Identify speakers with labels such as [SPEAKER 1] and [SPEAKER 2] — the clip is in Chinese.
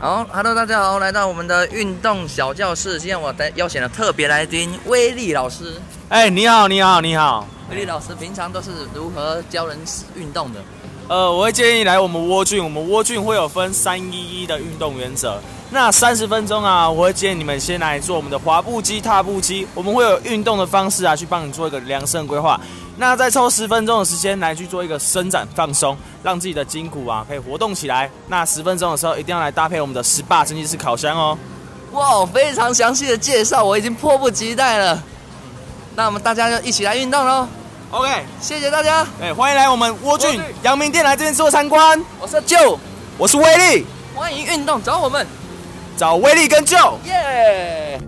[SPEAKER 1] 好，Hello，大家好，来到我们的运动小教室。今天我带邀请了特别来宾威力老师。
[SPEAKER 2] 哎，你好，你好，你好。
[SPEAKER 1] 威力老师平常都是如何教人运动的？
[SPEAKER 2] 呃，我会建议来我们窝俊，我们窝俊会有分三一一的运动原则。那三十分钟啊，我会建议你们先来做我们的滑步机、踏步机，我们会有运动的方式啊，去帮你做一个量身规划。那再抽十分钟的时间来去做一个伸展放松，让自己的筋骨啊可以活动起来。那十分钟的时候一定要来搭配我们的十霸蒸汽式烤箱哦。
[SPEAKER 1] 哇，非常详细的介绍，我已经迫不及待了。那我们大家就一起来运动喽！
[SPEAKER 2] OK，
[SPEAKER 1] 谢谢大家，
[SPEAKER 2] 哎，欢迎来我们窝俊
[SPEAKER 1] 窝俊
[SPEAKER 2] 阳明店来这边做参观。
[SPEAKER 1] 我是 Joe，
[SPEAKER 2] 我是威力，
[SPEAKER 1] 欢迎运动找我们，
[SPEAKER 2] 找威力跟 Joe。
[SPEAKER 1] 耶、